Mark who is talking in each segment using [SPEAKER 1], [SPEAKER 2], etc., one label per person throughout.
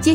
[SPEAKER 1] 接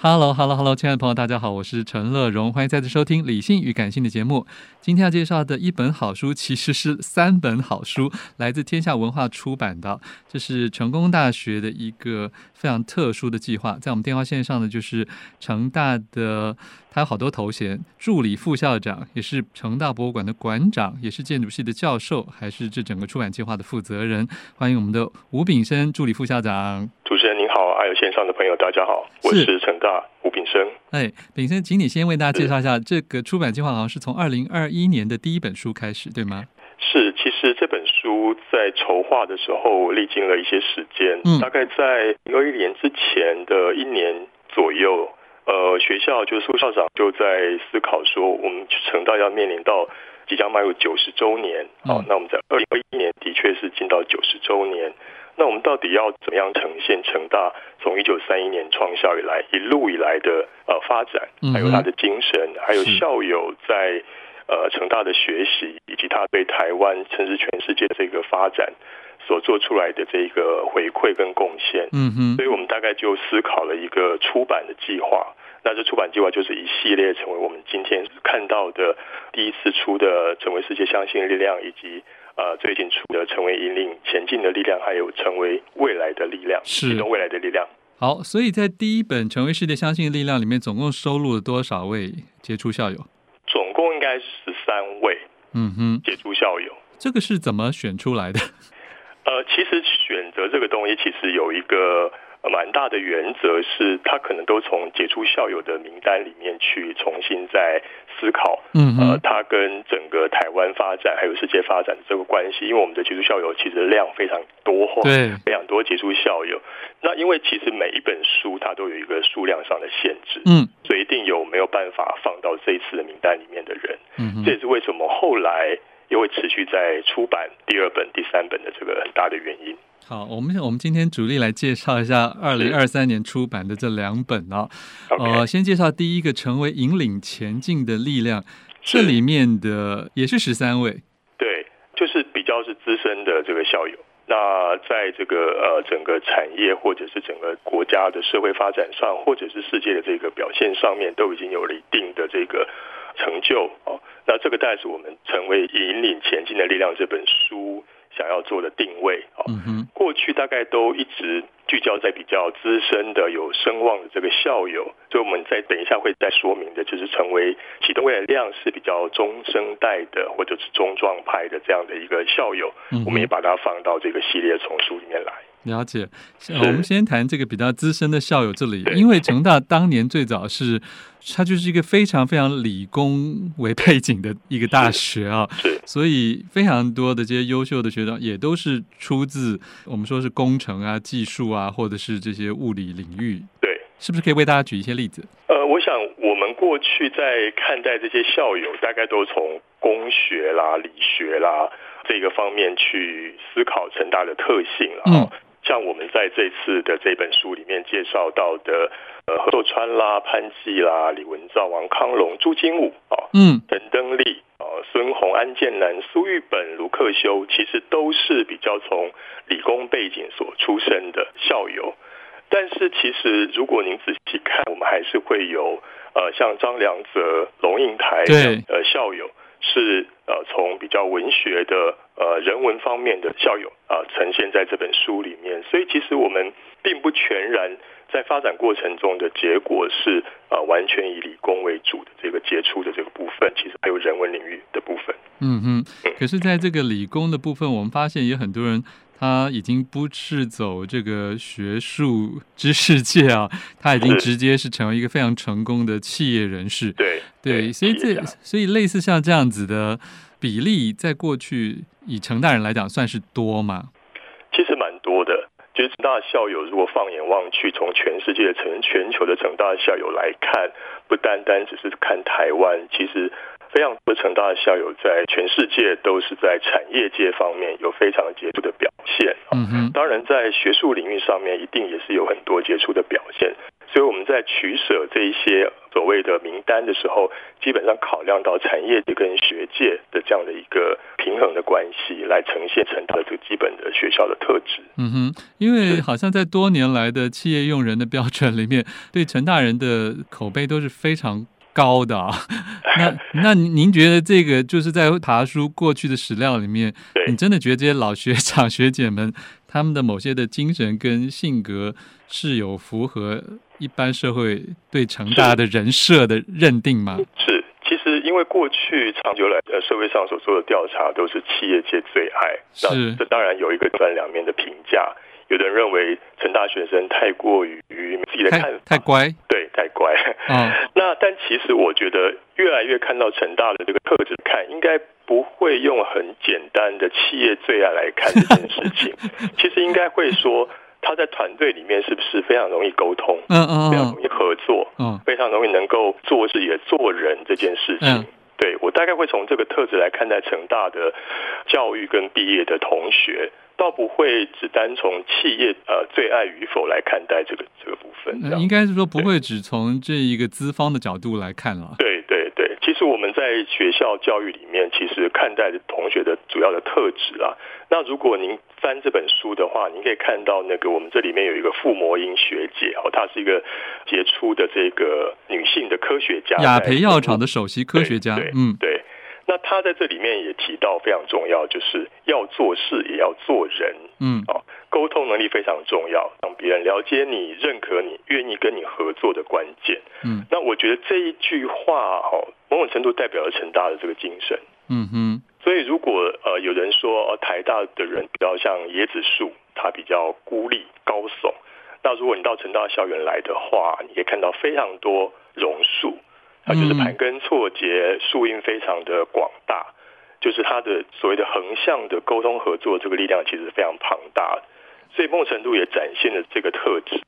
[SPEAKER 2] Hello，Hello，Hello，hello, hello, 亲爱的朋友，大家好，我是陈乐荣，欢迎再次收听《理性与感性》的节目。今天要介绍的一本好书，其实是三本好书，来自天下文化出版的。这是成功大学的一个非常特殊的计划，在我们电话线上呢，就是成大的，他有好多头衔，助理副校长，也是成大博物馆的馆长，也是建筑系的教授，还是这整个出版计划的负责人。欢迎我们的吴炳生助理副校长。
[SPEAKER 3] 主持人您好，还有线上的朋友，大家好，我是成大吴炳生。
[SPEAKER 2] 哎，炳生，请你先为大家介绍一下，这个出版计划好像是从二零二一年的第一本书开始，对吗？
[SPEAKER 3] 是，其实这本书在筹划的时候历经了一些时间，
[SPEAKER 2] 嗯
[SPEAKER 3] 大概在二一年之前的一年左右，呃，学校就是苏校长就在思考说，我们成大要面临到即将迈入九十周年，
[SPEAKER 2] 嗯
[SPEAKER 3] 好、那我们在二零二一年的确是进到九十周年。那我们到底要怎么样呈现成大从一九三一年创校以来一路以来的呃发展
[SPEAKER 2] 嗯哼，
[SPEAKER 3] 还有它的精神，还有
[SPEAKER 2] 是
[SPEAKER 3] 校友在呃成大的学习，以及他对台湾甚至全世界这个发展所做出来的这个回馈跟贡献。
[SPEAKER 2] 嗯哼
[SPEAKER 3] 所，以我们大概就思考了一个出版的计划。那这出版计划就是一系列成为我们今天看到的第一次出的《成为世界相信力量》，以及呃最近出的《成为引领前进的力量》，还有《成为未来的力量》，
[SPEAKER 2] 是
[SPEAKER 3] 启动未来的力量。
[SPEAKER 2] 好，所以在第一本《成为世界相信的力量》里面，总共收录了多少位杰出校友？
[SPEAKER 3] 总共应该是十三位
[SPEAKER 2] 嗯哼，
[SPEAKER 3] 杰出校友。
[SPEAKER 2] 这个是怎么选出来 的？
[SPEAKER 3] 呃，其实选择这个东西，其实有一个呃蛮大的原则是，他可能都从杰出校友的名单里面去重新再思考。
[SPEAKER 2] 嗯
[SPEAKER 3] 呃
[SPEAKER 2] 哼，，
[SPEAKER 3] 它跟整个台湾发展还有世界发展的这个关系，因为我们的杰出校友其实量非常多，
[SPEAKER 2] 对，
[SPEAKER 3] 非常多杰出校友。那因为其实每一本书它都有一个数量上的限制，
[SPEAKER 2] 嗯
[SPEAKER 3] 所以一定有没有办法放到这一次的名单里面的人。
[SPEAKER 2] 嗯
[SPEAKER 3] 这
[SPEAKER 2] 哼，
[SPEAKER 3] 也是为什么后来又会持续在出版第二本、第三本的这个很大的原因。
[SPEAKER 2] 好，我们我们今天主力来介绍一下二零二三年出版的这两本啊。
[SPEAKER 3] OK，、
[SPEAKER 2] 呃，先介绍第一个《成为引领前进的力量》，这里面的也是十三位。
[SPEAKER 3] 对，就是比较是资深的这个校友。那在这个呃整个产业或者是整个国家的社会发展上，或者是世界的这个表现上面，都已经有了一定的这个成就哦。那这个大概是我们成为引领前进的力量这本书想要做的定位哦。
[SPEAKER 2] 嗯哼，
[SPEAKER 3] 过去大概都一直聚焦在比较资深的、有声望的这个校友，所以我们在等一下会再说明的，就是成为启动未来量是比较中生代的或者是中壮派的这样的一个校友，
[SPEAKER 2] 嗯哼
[SPEAKER 3] 我们也把它放到这个系列丛书里面来。
[SPEAKER 2] 了解。
[SPEAKER 3] 是
[SPEAKER 2] 呃我们先谈这个比较资深的校友这里，
[SPEAKER 3] 对
[SPEAKER 2] 因为成大当年最早是，它就是一个非常非常理工为背景的一个大学啊，
[SPEAKER 3] 是
[SPEAKER 2] 所以非常多的这些优秀的学长也都是出自我们说是工程啊、技术啊，或者是这些物理领域，
[SPEAKER 3] 对。
[SPEAKER 2] 是不是可以为大家举一些例子？
[SPEAKER 3] 呃，我想我们过去在看待这些校友，大概都从工学啦、理学啦这个方面去思考成大的特性啦。
[SPEAKER 2] 嗯
[SPEAKER 3] 像我们在这次的这本书里面介绍到的，呃，何寿川啦、潘季啦、李文照、王康龙、朱金武啊、
[SPEAKER 2] 嗯
[SPEAKER 3] 陈登利啊、呃孙红、安建南、苏玉本、卢克修，其实都是比较从理工背景所出身的校友。但是其实如果您仔细看，我们还是会有呃像张良泽、龙应台
[SPEAKER 2] 对
[SPEAKER 3] 呃校友是呃从比较文学的呃人文方面的校友啊、呈现在这本书里面。所以其实我们并不全然在发展过程中的结果是呃完全以理工为主的这个杰出的这个部分，其实还有人文领域的部分。
[SPEAKER 2] 嗯哼，可是在这个理工的部分，我们发现也很多人他已经不是走这个学术知识界啊，他已经
[SPEAKER 3] 是
[SPEAKER 2] 直接是成为一个非常成功的企业人士。
[SPEAKER 3] 对
[SPEAKER 2] 对，所以
[SPEAKER 3] 企业
[SPEAKER 2] 这
[SPEAKER 3] 家
[SPEAKER 2] 所以类似像这样子的比例，在过去以成大人来讲算是多嘛？
[SPEAKER 3] 其实蛮多的。其实成大的校友，如果放眼望去，从全世界、全全球的成大校友来看，不单单只是看台湾，其实非常多成大的校友在全世界都是在产业界方面有非常杰出的表现。
[SPEAKER 2] 嗯哼，
[SPEAKER 3] 当然，在学术领域上面，一定也是有很多杰出的表现。所以我们在取舍这一些所谓的名单的时候，基本上考量到产业界跟学界的这样的一个平衡的关系，来呈现成它的这个基本的学校的特质。
[SPEAKER 2] 嗯哼，因为好像在多年来的企业用人的标准里面， 对成大人的口碑都是非常高的 啊。那那您您觉得这个就是在爬书过去的史料里面，
[SPEAKER 3] 对
[SPEAKER 2] 你真的觉得这些老学长学姐们他们的某些的精神跟性格是有符合一般社会对成大的人设的认定 吗？
[SPEAKER 3] 是，其实因为过去长久来，呃，社会上所做的调查都是企业界最爱，
[SPEAKER 2] 是
[SPEAKER 3] 那这当然有一个正反两面的评价。有的人认为成大学生太过于自己的看
[SPEAKER 2] 太
[SPEAKER 3] 法，
[SPEAKER 2] 太乖
[SPEAKER 3] 对，太乖。
[SPEAKER 2] 啊、
[SPEAKER 3] 那但其实我觉得，越来越看到成大的这个特质看，应该不会用很简单的企业最爱来看这件事 情。其实应该会说，他在团队里面是不是非常容易沟通，
[SPEAKER 2] 嗯
[SPEAKER 3] 非
[SPEAKER 2] 嗯
[SPEAKER 3] 常
[SPEAKER 2] 嗯
[SPEAKER 3] 容易合作，
[SPEAKER 2] 嗯
[SPEAKER 3] 非常容易能够做事也做人这件事情。
[SPEAKER 2] 嗯
[SPEAKER 3] 对我大概会从这个特质来看待成大的教育跟毕业的同学，倒不会只单从企业呃最爱与否来看待这个这个部分。这
[SPEAKER 2] 嗯，
[SPEAKER 3] 样
[SPEAKER 2] 应该是说不会只从这一个资方的角度来看了。
[SPEAKER 3] 对对对，其实我们在学校教育里面，其实看待同学的主要的特质啊。那如果您翻这本书的话，您可以看到那个我们这里面有一个傅魔英学姐哦，她是一个杰出的这个女性的科学家，
[SPEAKER 2] 雅培药厂的首席科学家
[SPEAKER 3] 对，
[SPEAKER 2] 嗯，
[SPEAKER 3] 对。那她在这里面也提到非常重要，就是要做事也要做人。
[SPEAKER 2] 嗯
[SPEAKER 3] 哦沟通能力非常重要，让别人了解你、认可你、愿意跟你合作的关键。
[SPEAKER 2] 嗯
[SPEAKER 3] 那我觉得这一句话哦，某种程度代表了成大的这个精神。
[SPEAKER 2] 嗯哼，
[SPEAKER 3] 所以如果呃有人说、呃、台大的人比较像椰子树，它比较孤立高耸，那如果你到成大校园来的话，你可以看到非常多榕树，它就是
[SPEAKER 2] 嗯
[SPEAKER 3] 盘根错节，树荫非常的广大，就是它的所谓的横向的沟通合作这个力量其实非常庞大的，所以某种程度也展现了这个特质。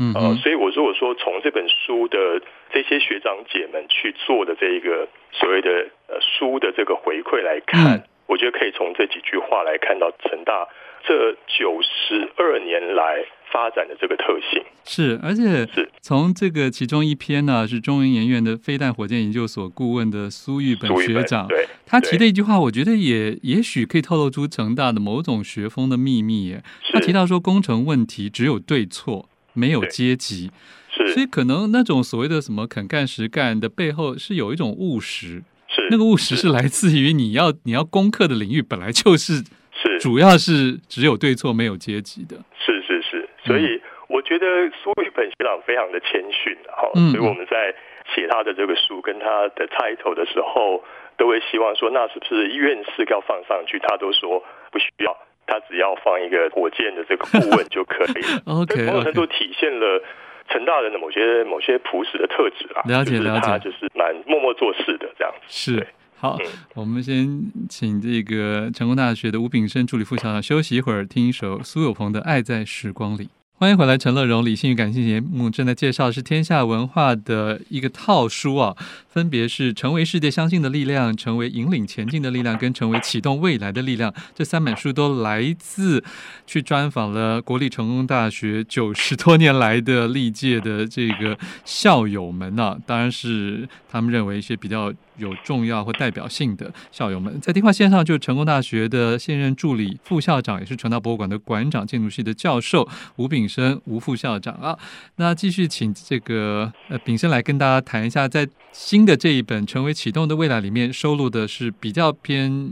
[SPEAKER 2] 嗯
[SPEAKER 3] 呃，
[SPEAKER 2] 哼，
[SPEAKER 3] 所以我如果说从这本书的这些学长姐们去做的这一个所谓的呃书的这个回馈来看，
[SPEAKER 2] 嗯
[SPEAKER 3] 我觉得可以从这几句话来看到成大这九十二年来发展的这个特性。
[SPEAKER 2] 是，而且
[SPEAKER 3] 是
[SPEAKER 2] 从这个其中一篇呢，是中研研院的飞弹火箭研究所顾问的苏玉本
[SPEAKER 3] 朱一
[SPEAKER 2] 学
[SPEAKER 3] 本
[SPEAKER 2] 长，
[SPEAKER 3] 对，
[SPEAKER 2] 他提
[SPEAKER 3] 对
[SPEAKER 2] 的一句话，我觉得也也许可以透露出成大的某种学风的秘密耶。他
[SPEAKER 3] 是
[SPEAKER 2] 提到说，工程问题只有对错，没有
[SPEAKER 3] 对
[SPEAKER 2] 阶级，所以
[SPEAKER 3] 是
[SPEAKER 2] 可能那种所谓的什么肯干实干的背后，是有一种务实。
[SPEAKER 3] 是
[SPEAKER 2] 那个务实是来自于你要你要攻克的领域本来就是
[SPEAKER 3] 是
[SPEAKER 2] 主要是只有对错没有阶级的。
[SPEAKER 3] 是是是，所
[SPEAKER 2] 嗯
[SPEAKER 3] 以我觉得苏玉本学长非常的谦逊的哈，
[SPEAKER 2] 嗯。
[SPEAKER 3] 所以我们在写他的这个书跟他的 title 的时候，都会希望说，那是不是院士要放上去？他都说不需要，他只要放一个火箭的这个顾问就可以 了
[SPEAKER 2] OK，
[SPEAKER 3] 所以某种
[SPEAKER 2] OK
[SPEAKER 3] 程度体现了。成大人的某些某些朴实的特质啦，
[SPEAKER 2] 了解
[SPEAKER 3] 就是
[SPEAKER 2] 了解
[SPEAKER 3] 他就是蛮默默做事的这样子。
[SPEAKER 2] 是
[SPEAKER 3] 对。
[SPEAKER 2] 好
[SPEAKER 3] 嗯，
[SPEAKER 2] 我们先请这个成功大学的吴炳生助理副校长休息一会儿，听一首苏有朋的《爱在时光里》。欢迎回来，陈乐荣理性与感性节目正在介绍是天下文化的一个套书啊，分别是《成为世界相信的力量》、《成为引领前进的力量》跟《成为启动未来的力量》这三本书都来自去专访了国立成功大学九十多年来的历届的这个校友们啊，当然是他们认为一些比较有重要或代表性的校友们。在电话线上，就是成功大学的现任助理副校长，也是传道博物馆的馆长、建筑系的教授吴炳生吴副校长啊。那继续请这个呃炳生来跟大家谈一下，在新的这一本《成为启动的未来》里面收录的是比较偏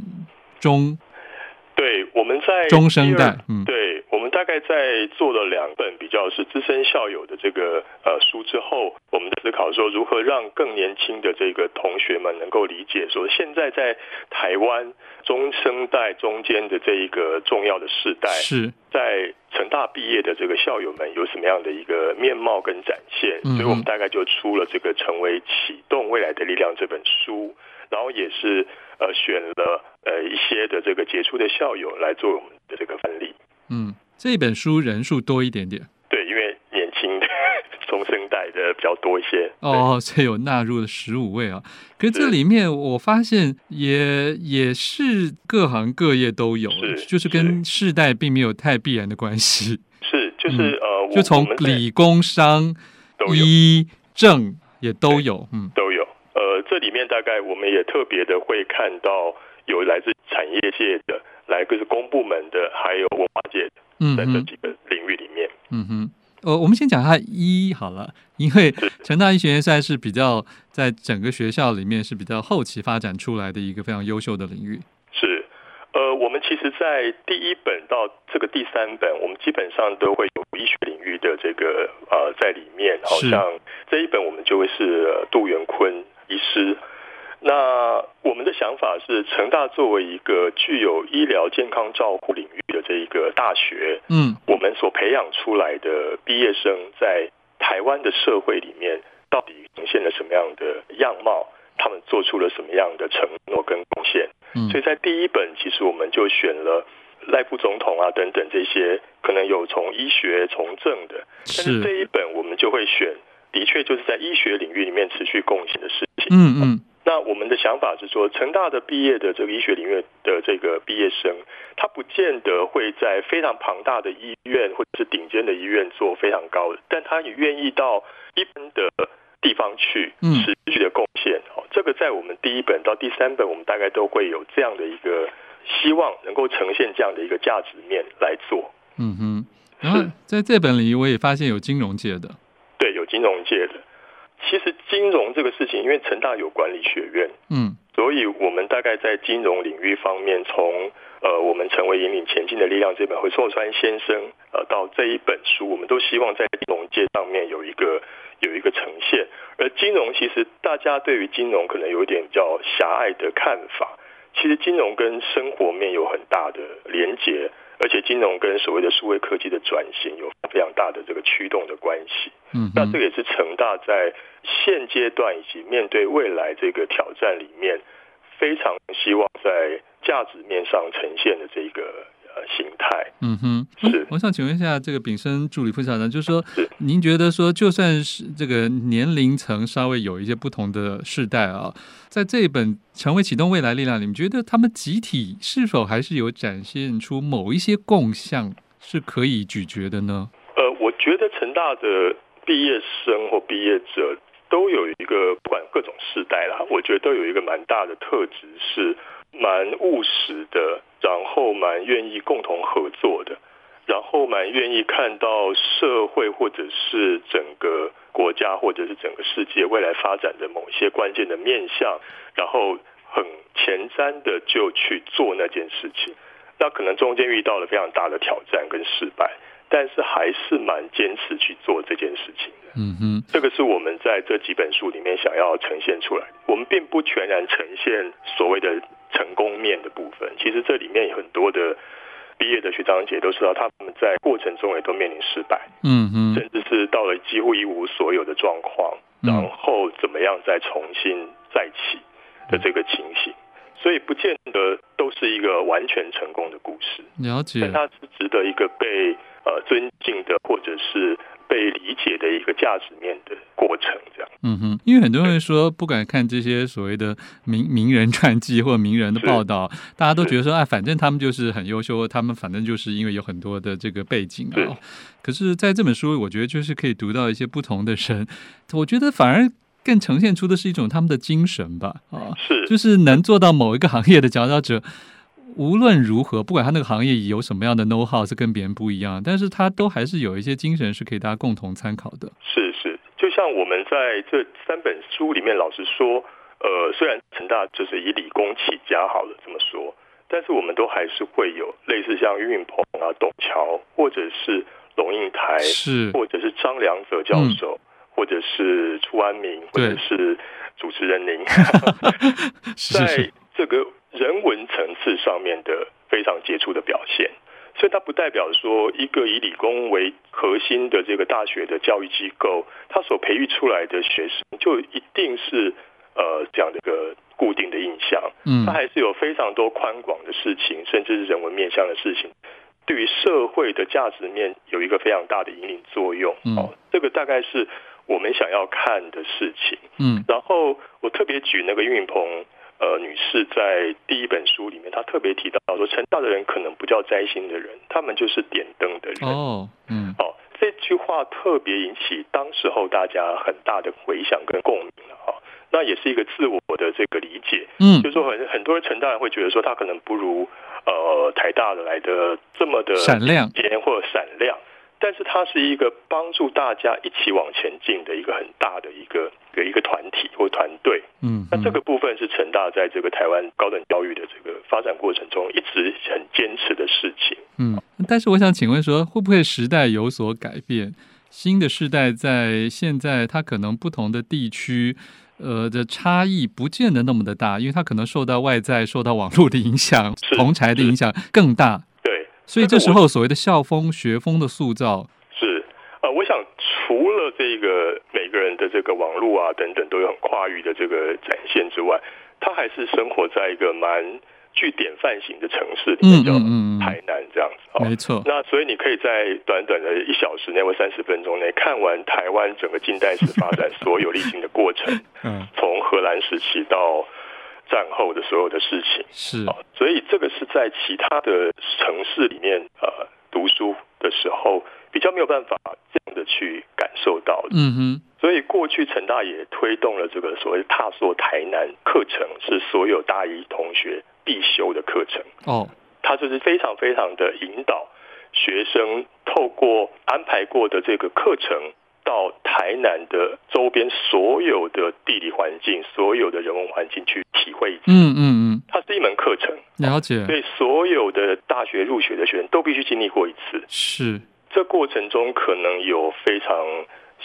[SPEAKER 2] 中
[SPEAKER 3] 对，我们在
[SPEAKER 2] 中生代
[SPEAKER 3] 第二
[SPEAKER 2] 嗯
[SPEAKER 3] 对我们大概在做了两本比较是资深校友的这个呃书之后，我们思考说如何让更年轻的这个同学们能够理解说，现在在台湾中生代中间的这一个重要的世代，
[SPEAKER 2] 是
[SPEAKER 3] 在成大毕业的这个校友们有什么样的一个面貌跟展现，
[SPEAKER 2] 嗯
[SPEAKER 3] 所以我们大概就出了这个《成为启动未来的力量》这本书，然后也是呃选了呃一些的这个杰出的校友来做我们的这个范例，
[SPEAKER 2] 嗯这本书人数多一点点。
[SPEAKER 3] 对，因为年轻的 中生代的比较多一些，对，
[SPEAKER 2] 哦，所以有纳入了十五位啊。可是这里面我发现也也是各行各业都有，
[SPEAKER 3] 是
[SPEAKER 2] 就是跟世代并没有太必然的关系，
[SPEAKER 3] 是就是、呃，我
[SPEAKER 2] 嗯就从
[SPEAKER 3] 我们在
[SPEAKER 2] 理工商、
[SPEAKER 3] 都有
[SPEAKER 2] 医政也都有，嗯
[SPEAKER 3] 都有。呃，这里面大概我们也特别的会看到有来自产业界的，来自公部门的，还有文化界的
[SPEAKER 2] 嗯
[SPEAKER 3] 在这
[SPEAKER 2] 哼
[SPEAKER 3] 几个领域里面。
[SPEAKER 2] 嗯哼。呃，我们先讲一下医好了，因为成大医学院算是比较在整个学校里面是比较后期发展出来的一个非常优秀的领域。
[SPEAKER 3] 是，呃，我们其实，在第一本到这个第三本，我们基本上都会有医学领域的这个呃在里面。好
[SPEAKER 2] 是
[SPEAKER 3] 像这一本我们就会是、呃杜元坤医师。那我们的想法是，成大作为一个具有医疗健康照护领域的这一个大学，
[SPEAKER 2] 嗯
[SPEAKER 3] 我们所培养出来的毕业生在台湾的社会里面，到底呈现了什么样的样貌？他们做出了什么样的承诺跟贡献？
[SPEAKER 2] 嗯
[SPEAKER 3] 所以在第一本，其实我们就选了赖副总统啊等等这些，可能有从医学从政的，但是这
[SPEAKER 2] 是
[SPEAKER 3] 一本我们就会选，的确就是在医学领域里面持续贡献的事情。
[SPEAKER 2] 嗯嗯
[SPEAKER 3] 那我们的想法是说，成大的毕业的这个医学领域的这个毕业生，他不见得会在非常庞大的医院或者是顶尖的医院做非常高的，但他也愿意到一般的地方去
[SPEAKER 2] 嗯
[SPEAKER 3] 持续的贡献。哦，这个在我们第一本到第三本，我们大概都会有这样的一个希望，能够呈现这样的一个价值面来做。
[SPEAKER 2] 嗯哼。然后
[SPEAKER 3] 是
[SPEAKER 2] 在这本里，我也发现有金融界的，
[SPEAKER 3] 对，有金融界的，其实金融这个事情，因为成大有管理学院。
[SPEAKER 2] 嗯
[SPEAKER 3] 所以我们大概在金融领域方面，从呃我们成为引领前进的力量这本回寿川先生，呃到这一本书，我们都希望在金融界上面有一个有一个呈现。而金融其实大家对于金融可能有一点比较狭隘的看法，其实金融跟生活面有很大的连结，而且金融跟所谓的数位科技的转型有非常大的这个驱动的关系。
[SPEAKER 2] 嗯
[SPEAKER 3] 那
[SPEAKER 2] 哼
[SPEAKER 3] 这个也是成大在现阶段以及面对未来这个挑战里面，非常希望在价值面上呈现的这个呃形态。
[SPEAKER 2] 嗯哼，
[SPEAKER 3] 是
[SPEAKER 2] 我想请问一下这个炳生助理副校长，就是说
[SPEAKER 3] 是
[SPEAKER 2] 您觉得说，就算是这个年龄层稍微有一些不同的世代啊，在这一本《成为启动未来力量》里，你觉得他们集体是否还是有展现出某一些共相是可以咀嚼的呢？
[SPEAKER 3] 呃，我觉得成大的毕业生或毕业者都有一个，不管各种世代啦，我觉得都有一个蛮大的特质是蛮务实的，然后蛮愿意共同合作的，然后蛮愿意看到社会或者是整个国家或者是整个世界未来发展的某些关键的面向，然后很前瞻的就去做那件事情。那可能中间遇到了非常大的挑战跟失败，但是还是蛮坚持去做这件事情的。
[SPEAKER 2] 嗯哼，
[SPEAKER 3] 这个是我们在这几本书里面想要呈现出来的。我们并不全然呈现所谓的成功面的部分，其实这里面有很多的毕业的学长姐都知道，他们在过程中也都面临失败，
[SPEAKER 2] 嗯哼，
[SPEAKER 3] 甚至是到了几乎一无所有的状况，
[SPEAKER 2] 嗯
[SPEAKER 3] 然后怎么样再重新再起的这个情形。所以不见得都是一个完全成功的故事。
[SPEAKER 2] 了
[SPEAKER 3] 但
[SPEAKER 2] 解。
[SPEAKER 3] 它是值得一个被呃尊敬的，或者是被理解的一个价值面的过程，这样
[SPEAKER 2] 嗯哼，因为很多人说，不敢看这些所谓的名名人传记或名人的报道，大家都觉得说，哎，反正他们就是很优秀，他们反正就是因为有很多的这个背景啊、
[SPEAKER 3] 对
[SPEAKER 2] 可是，在这本书，我觉得就是可以读到一些不同的人，我觉得反而更呈现出的是一种他们的精神吧，啊，
[SPEAKER 3] 是
[SPEAKER 2] 就是能做到某一个行业的佼佼者，无论如何，不管他那个行业有什么样的 know how 是跟别人不一样，但是他都还是有一些精神是可以大家共同参考的。
[SPEAKER 3] 是是，就像我们在这三本书里面，老实说，呃，虽然成大就是以理工起家好了这么说，但是我们都还是会有类似像岳云鹏啊、董桥，或者是龙应台，
[SPEAKER 2] 是，嗯
[SPEAKER 3] 或者是张良泽教授，或者是朱安明，或
[SPEAKER 2] 对
[SPEAKER 3] 者是主持人您，
[SPEAKER 2] 是是
[SPEAKER 3] 在
[SPEAKER 2] 是，
[SPEAKER 3] 这个人文层次上面的非常杰出的表现。所以它不代表说一个以理工为核心的这个大学的教育机构，它所培育出来的学生就一定是呃这样的一个固定的印象。
[SPEAKER 2] 嗯
[SPEAKER 3] 它，还是有非常多宽广的事情，甚至是人文面向的事情，对于社会的价值面有一个非常大的引领作用
[SPEAKER 2] 嗯。
[SPEAKER 3] 哦，这个大概是我们想要看的事情。
[SPEAKER 2] 嗯，
[SPEAKER 3] 然后我特别举那个岳云鹏呃女士在第一本书里面，她特别提到说，成大的人可能不叫摘星的人，他们就是点灯的人。
[SPEAKER 2] 哦，嗯，
[SPEAKER 3] 哦，这句话特别引起当时候大家很大的回响跟共鸣了哈、哦。那也是一个自我的这个理解，
[SPEAKER 2] 嗯
[SPEAKER 3] 就是说很很多成大人会觉得说他可能不如呃台大的来的这么的
[SPEAKER 2] 闪亮
[SPEAKER 3] 尖或者闪亮，但是它是一个帮助大家一起往前进的一个很大的一个一个一个团体或团队。
[SPEAKER 2] 嗯，
[SPEAKER 3] 那这个部分是成大在这个台湾高等教育的这个发展过程中一直很坚持的事情。
[SPEAKER 2] 嗯，但是我想请问说，会不会时代有所改变？新的世代在现在，它可能不同的地区，呃的差异不见得那么的大，因为它可能受到外在、受到网络的影响、
[SPEAKER 3] 是
[SPEAKER 2] 同才的影响更大，
[SPEAKER 3] 对，
[SPEAKER 2] 所以这
[SPEAKER 3] 这个
[SPEAKER 2] 时
[SPEAKER 3] 我
[SPEAKER 2] 候所谓的校风、学风的塑造，
[SPEAKER 3] 是，呃，我想除了这个每个人的这个网络啊等等都有很跨域的这个展现之外，他还是生活在一个蛮具典范型的城市里
[SPEAKER 2] 嗯
[SPEAKER 3] 面，叫
[SPEAKER 2] 嗯嗯
[SPEAKER 3] 台
[SPEAKER 2] 嗯，
[SPEAKER 3] 南这样子哦。
[SPEAKER 2] 没错，
[SPEAKER 3] 那所以你可以在短短的一小时内或三十分钟内看完台湾整个近代史发展所有历经的 过程，
[SPEAKER 2] 嗯，
[SPEAKER 3] 从荷兰时期到战后的所有的事情。
[SPEAKER 2] 是，
[SPEAKER 3] 哦，所以这个是在其他的城市里面呃读书的时候比较没有办法这样的去感受到的。
[SPEAKER 2] 嗯哼，
[SPEAKER 3] 所以过去成大也推动了这个所谓踏硕台南课程，是所有大一同学必修的课程。
[SPEAKER 2] 哦，
[SPEAKER 3] 它就是非常非常的引导学生透过安排过的这个课程，到台南的周边所有的地理环境、所有的人文环境去体会一次。
[SPEAKER 2] 嗯嗯嗯，
[SPEAKER 3] 它是一门课程。
[SPEAKER 2] 了解，
[SPEAKER 3] 对所有的大学入学的学生都必须经历过一次。
[SPEAKER 2] 是，
[SPEAKER 3] 这过程中可能有非常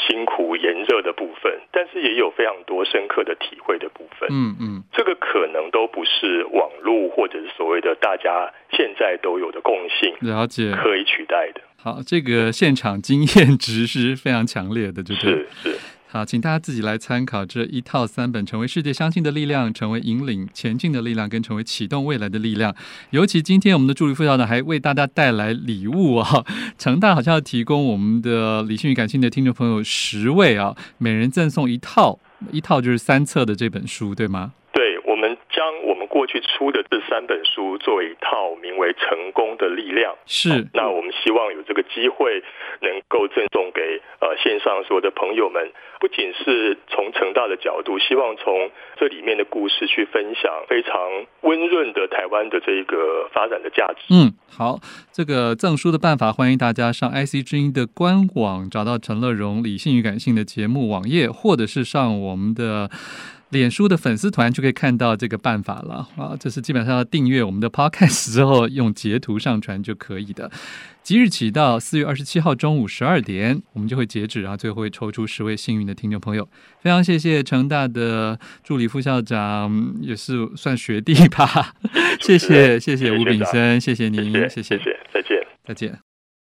[SPEAKER 3] 辛苦炎热的部分，但是也有非常多深刻的体会的部分。
[SPEAKER 2] 嗯嗯，
[SPEAKER 3] 这个可能都不是网络或者是所谓的大家现在都有的共性
[SPEAKER 2] 了解。
[SPEAKER 3] 可以取代的。
[SPEAKER 2] 好，这个现场经验 值是非常强烈的，就对了。
[SPEAKER 3] 是是，
[SPEAKER 2] 好，请大家自己来参考这一套三本《成为世界相信的力量》、《成为引领前进的力量》跟《成为启动未来的力量》。尤其今天我们的助理副校长还为大家带来礼物啊、 成大好像要提供我们的理性与感性的听众朋友十位啊，每人赠送一套，一套就是三册的这本书，对吗？
[SPEAKER 3] 对我们将我们过去出的这三本书作为一套名为《成功的力量》。
[SPEAKER 2] 是，
[SPEAKER 3] 那我们希望有这个机会能够赠送给呃线上所有的朋友们，呃不仅是从成大的角度，希望从这里面的故事去分享非常温润的台湾的这一个发展的价值。
[SPEAKER 2] 嗯，好，这个赠书的办法，欢迎大家上 IC 之音的官网找到陈乐荣理性与感性的节目网页，或者是上我们的。脸书的粉丝团就可以看到这个办法了啊！这是基本上要订阅我们的 Podcast 之后，用截图上传就可以的。即日起到四月二十七号中午十二点，我们就会截止，然后最后会抽出十位幸运的听众朋友。非常谢谢成大的助理副校长，也是算学弟吧，谢
[SPEAKER 3] 谢
[SPEAKER 2] 谢谢
[SPEAKER 3] 谢
[SPEAKER 2] 谢
[SPEAKER 3] 谢谢
[SPEAKER 2] 吴炳
[SPEAKER 3] 学
[SPEAKER 2] 嗯
[SPEAKER 3] 长
[SPEAKER 2] 生，谢谢您，
[SPEAKER 3] 谢谢，谢谢，再见。
[SPEAKER 2] 再见。